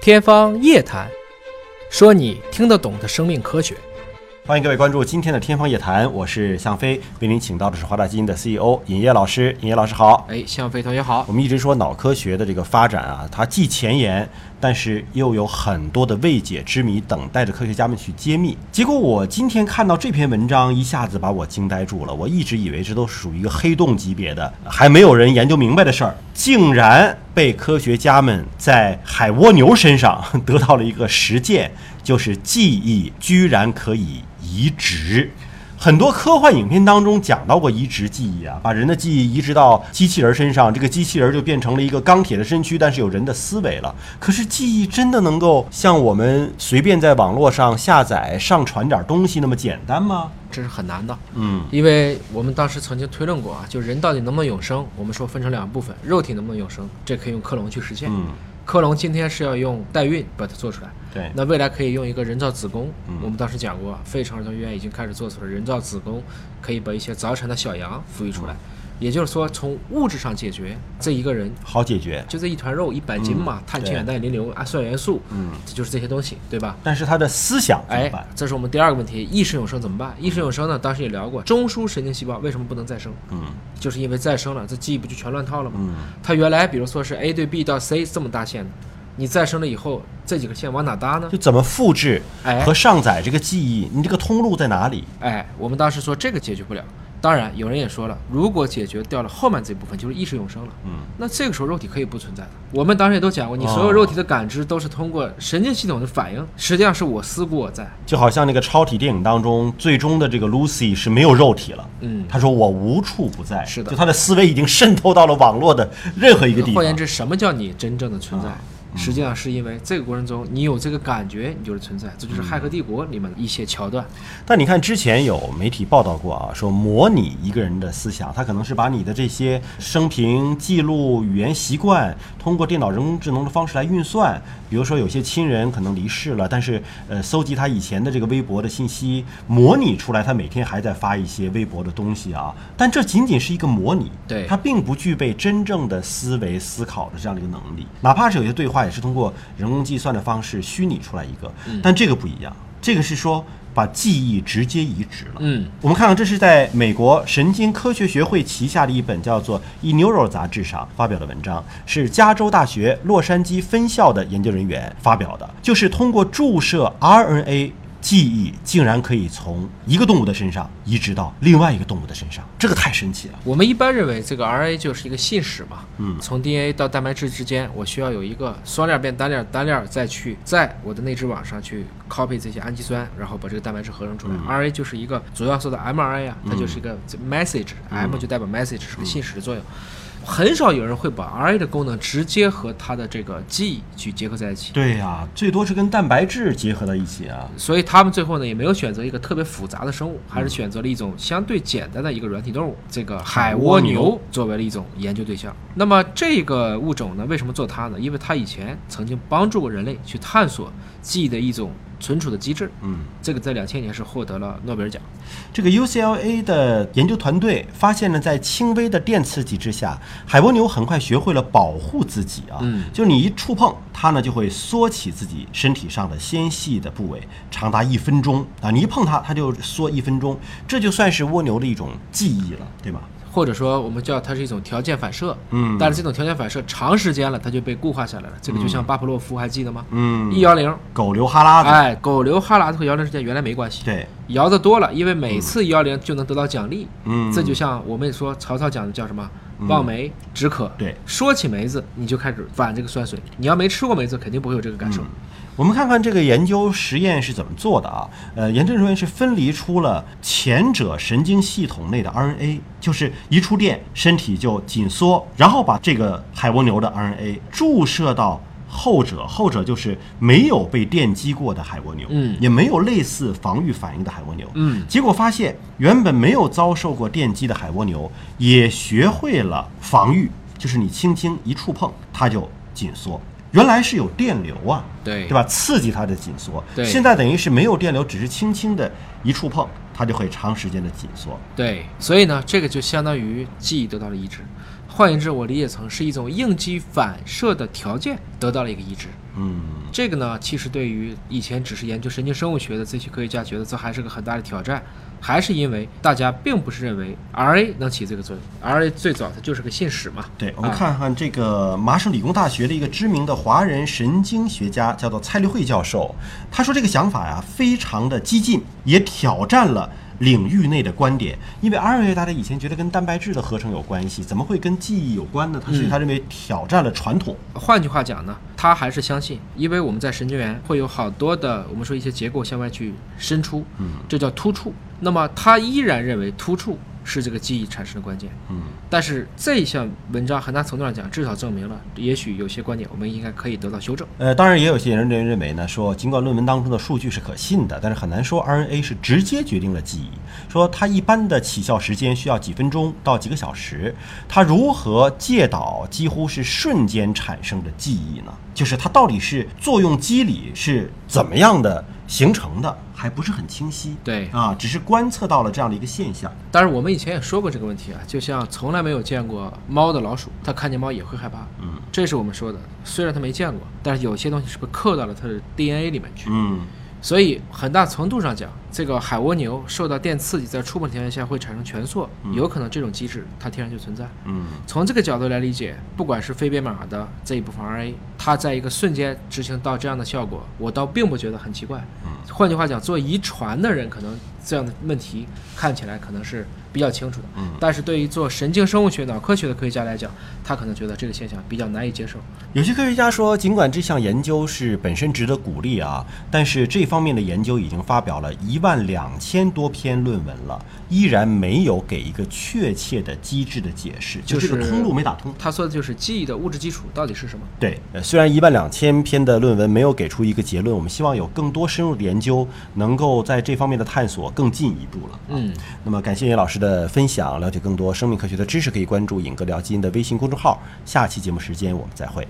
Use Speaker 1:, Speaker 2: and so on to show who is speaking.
Speaker 1: 天方夜谭，说你听得懂的生命科学。
Speaker 2: 欢迎各位关注今天的《天方夜谭》，我是向飞，为您请到的是华大基因的 CEO 尹烨老师。尹烨老师好。
Speaker 1: 哎，向飞同学好。
Speaker 2: 我们一直说脑科学的这个发展啊，它既前沿，但是又有很多的未解之谜等待着科学家们去揭秘。结果我今天看到这篇文章，一下子把我惊呆住了。我一直以为这都是属于一个黑洞级别的，还没有人研究明白的事儿，竟然被科学家们在海蜗牛身上 得到了一个实践，就是记忆居然可以移植。很多科幻影片当中讲到过移植记忆啊，把人的记忆移植到机器人身上，这个机器人就变成了一个钢铁的身躯，但是有人的思维了。可是记忆真的能够像我们随便在网络上下载、上传点东西那么简单吗？
Speaker 1: 这是很难的，
Speaker 2: 嗯，
Speaker 1: 因为我们当时曾经推论过啊，就人到底能不能永生？我们说分成两部分，肉体能不能永生，这可以用克隆去实现。
Speaker 2: 嗯，
Speaker 1: 克隆今天是要用代孕把它做出来，
Speaker 2: 对，
Speaker 1: 那未来可以用一个人造子宫。
Speaker 2: 嗯
Speaker 1: 我们当时讲过，费城儿童医院已经开始做出了人造子宫，可以把一些早产的小羊抚育出
Speaker 2: 嗯
Speaker 1: 来。也就是说，从物质上解决这一个人
Speaker 2: 好解决。
Speaker 1: 就这一团肉一百斤嘛，
Speaker 2: 嗯
Speaker 1: 碳、
Speaker 2: 对
Speaker 1: 氢、氧、氮、磷、硫、氨啊酸元素，
Speaker 2: 嗯，
Speaker 1: 这就是这些东西，对吧？
Speaker 2: 但是他的思想怎么
Speaker 1: 哎
Speaker 2: 办？，嗯
Speaker 1: 这是我们第二个问题，意识永生怎么办？意识永生呢，当时也聊过，中枢神经细胞为什么不能再生？
Speaker 2: 嗯
Speaker 1: 就是因为再生了，这记忆不就全乱套了吗？
Speaker 2: 嗯
Speaker 1: 它原来比如说是 A 对 B 到 C 这么大线的，你再生了以后，这几个线往哪搭呢
Speaker 2: 就？怎么复制
Speaker 1: 哎
Speaker 2: 和上载这个记忆？你这个通路在哪里？
Speaker 1: 哎，我们当时说这个解决不了。当然，有人也说了，如果解决掉了后面这部分，就是意识永生了。
Speaker 2: 嗯，哦
Speaker 1: 那这个时候肉体可以不存在的。我们当时也都讲过，你所有肉体的感知都是通过神经系统的反应，实际上是我思故我在。
Speaker 2: 就好像那个超体电影当中，最终的这个 Lucy 是没有肉体了。
Speaker 1: 嗯，
Speaker 2: 他说我无处不在，
Speaker 1: 是的
Speaker 2: 就他的思维已经渗透到了网络的任何一个地
Speaker 1: 换言
Speaker 2: 方。哦嗯
Speaker 1: 之，什么叫你真正的存在？实际上是因为这个过程中，你有这个感觉，你就是存在。这
Speaker 2: 嗯
Speaker 1: 就是《骇客帝国》里面的一些桥段。
Speaker 2: 但你看，之前有媒体报道过啊，说模拟一个人的思想，他可能是把你的这些生平记录、语言习惯，通过电脑人工智能的方式来运算。比如说，有些亲人可能离世了，但是呃，搜集他以前的这个微博的信息，模拟出来，他每天还在发一些微博的东西啊。但这仅仅是一个模拟，
Speaker 1: 对
Speaker 2: 他并不具备真正的思维思考的这样的一个能力。哪怕是有些对话，也是通过人工计算的方式虚拟出来一个，但这个不一样，这个是说把记忆直接移植了。
Speaker 1: 嗯，
Speaker 2: 我们看看，这是在美国神经科学学会旗下的一本叫做《eNeuro》杂志上发表的文章，是加州大学洛杉矶分校的研究人员发表的，就是通过注射 RNA。记忆竟然可以从一个动物的身上移植到另外一个动物的身上，这个太神奇了。
Speaker 1: 我们一般认为这个 RNA 就是一个信使嘛，嗯，从 DNA 到蛋白质之间，我需要有一个双链变单链，单链再去在我的内质网上去 copy 这些氨基酸，然后把这个蛋白质合成出来。RNA 就是一个主要说的 mRNA 啊，它就是一个 message，M、就代表 message 是个信使的作用。很少有人会把 RNA 的功能直接和它的这个记忆去结合在一起，
Speaker 2: 对呀、最多是跟蛋白质结合到一起啊。
Speaker 1: 所以他们最后呢也没有选择一个特别复杂的生物，还是
Speaker 2: 嗯
Speaker 1: 选择了一种相对简单的一个软体动物，这个海蜗牛作为了一种研究对象。那么这个物种呢，为什么做它呢？因为它以前曾经帮助过人类去探索记忆的一种存储的机制。
Speaker 2: 嗯，
Speaker 1: 这个在两千年是获得了诺贝尔奖。
Speaker 2: 这个 UCLA 的研究团队发现呢，在轻微的电刺激之下，海蜗牛很快学会了保护自己啊。
Speaker 1: 嗯
Speaker 2: 就是你一触碰它呢，就会缩起自己身体上的纤细的部位，长达一分钟啊。你一碰它，它就缩一分钟，这就算是蜗牛的一种记忆了，对吧？
Speaker 1: 或者说，我们叫它是一种条件反射，
Speaker 2: 嗯
Speaker 1: 但是这种条件反射长时间了，它就被固化下来了。这个就像巴甫洛夫，还记得吗？
Speaker 2: 嗯
Speaker 1: 一摇铃，
Speaker 2: 狗流哈喇子，
Speaker 1: 哎，狗流哈喇子和摇铃之间原来没关系，
Speaker 2: 对，
Speaker 1: 摇的多了，因为每次幺零就能得到奖励。
Speaker 2: 嗯
Speaker 1: 这就像我们说曹操讲的叫什么？望梅止渴。
Speaker 2: 对
Speaker 1: 说起梅子，你就开始反这个酸水。你要没吃过梅子，肯定不会有这个
Speaker 2: 嗯
Speaker 1: 感受。
Speaker 2: 我们看看这个研究实验是怎么做的啊？呃，研究人员是分离出了前者神经系统内的 RNA，就是一触电身体就紧缩，然后把这个海蜗牛的 RNA 注射到后者，后者就是没有被电击过的海蜗牛，
Speaker 1: 嗯
Speaker 2: 也没有类似防御反应的海蜗牛，
Speaker 1: 嗯，
Speaker 2: 结果发现原本没有遭受过电击的海蜗牛也学会了防御，就是你轻轻一触碰它就紧缩。原来是有电流啊，
Speaker 1: 对
Speaker 2: 对吧？刺激它的紧缩。
Speaker 1: 对
Speaker 2: 现在等于是没有电流，只是轻轻的一触碰，它就会长时间的紧缩。
Speaker 1: 对，所以呢，这个就相当于记忆得到了移植。换言之，我理解成是一种应激反射的条件得到了一个抑制。
Speaker 2: 嗯
Speaker 1: 这个呢，其实对于以前只是研究神经生物学的这些科学家，觉得这还是个很大的挑战，还是因为大家并不是认为 RNA 能起这个作用。RNA 最早它就是个信使嘛，
Speaker 2: 对，我们
Speaker 1: 啊
Speaker 2: 看看这个麻省理工大学的一个知名的华人神经学家，叫做蔡立慧教授。他说这个想法呀、非常的激进，也挑战了领域内的观点。因为 RNA 大家以前觉得跟蛋白质的合成有关系，怎么会跟记忆有关呢？他
Speaker 1: 嗯
Speaker 2: 所以他认为挑战了传统。
Speaker 1: 换句话讲呢，他还是相信，因为我们在神经元会有好多的，我们说一些结构向外去伸出，
Speaker 2: 嗯，
Speaker 1: 这叫突触。那么他依然认为突触是这个记忆产生的关键。
Speaker 2: 嗯
Speaker 1: 但是这一项文章很大程度上讲，至少证明了，也许有些观点我们应该可以得到修正。
Speaker 2: 呃，当然也有些人认认为呢，说尽管论文当中的数据是可信的，但是很难说 RNA 是直接决定了记忆。说它一般的起效时间需要几分钟到几个小时，它如何介导几乎是瞬间产生的记忆呢？就是它到底是作用机理是怎么样的形成的，还不是很清晰。
Speaker 1: 对
Speaker 2: 啊，只是观测到了这样的一个现象。
Speaker 1: 当然，我们以前也说过这个问题啊，就像从来没有见过猫的老鼠，它看见猫也会害怕。
Speaker 2: 嗯，
Speaker 1: 这是我们说的，虽然它没见过，但是有些东西是被刻到了它的 DNA 里面去。
Speaker 2: 嗯
Speaker 1: 所以很大程度上讲，这个海蜗牛受到电刺激，在初步条件下会产生蜷缩，有可能这种机制它天然就存在。
Speaker 2: 嗯
Speaker 1: 从这个角度来理解，不管是非编码的这一部分 RNA，它在一个瞬间执行到这样的效果，我倒并不觉得很奇怪。
Speaker 2: 嗯
Speaker 1: 换句话讲，做遗传的人可能这样的问题看起来可能是比较清楚的，
Speaker 2: 嗯。
Speaker 1: 但是对于做神经生物学、脑科学的科学家来讲，他可能觉得这个现象比较难以接受。
Speaker 2: 有些科学家说，尽管这项研究是本身值得鼓励啊，但是这方面的研究已经发表了一万两千多篇论文了，依然没有给一个确切的机制的解释，
Speaker 1: 就是
Speaker 2: 这个通路没打通。
Speaker 1: 他说的就是记忆的物质基础到底是什么？
Speaker 2: 对，呃虽然一万两千篇的论文没有给出一个结论，我们希望有更多深入的研究能够在这方面的探索更进一步了。啊
Speaker 1: 嗯，
Speaker 2: 那么感谢叶老师的分享，了解更多生命科学的知识，可以关注“尹哥聊基因”的微信公众号。下期节目时间我们再会。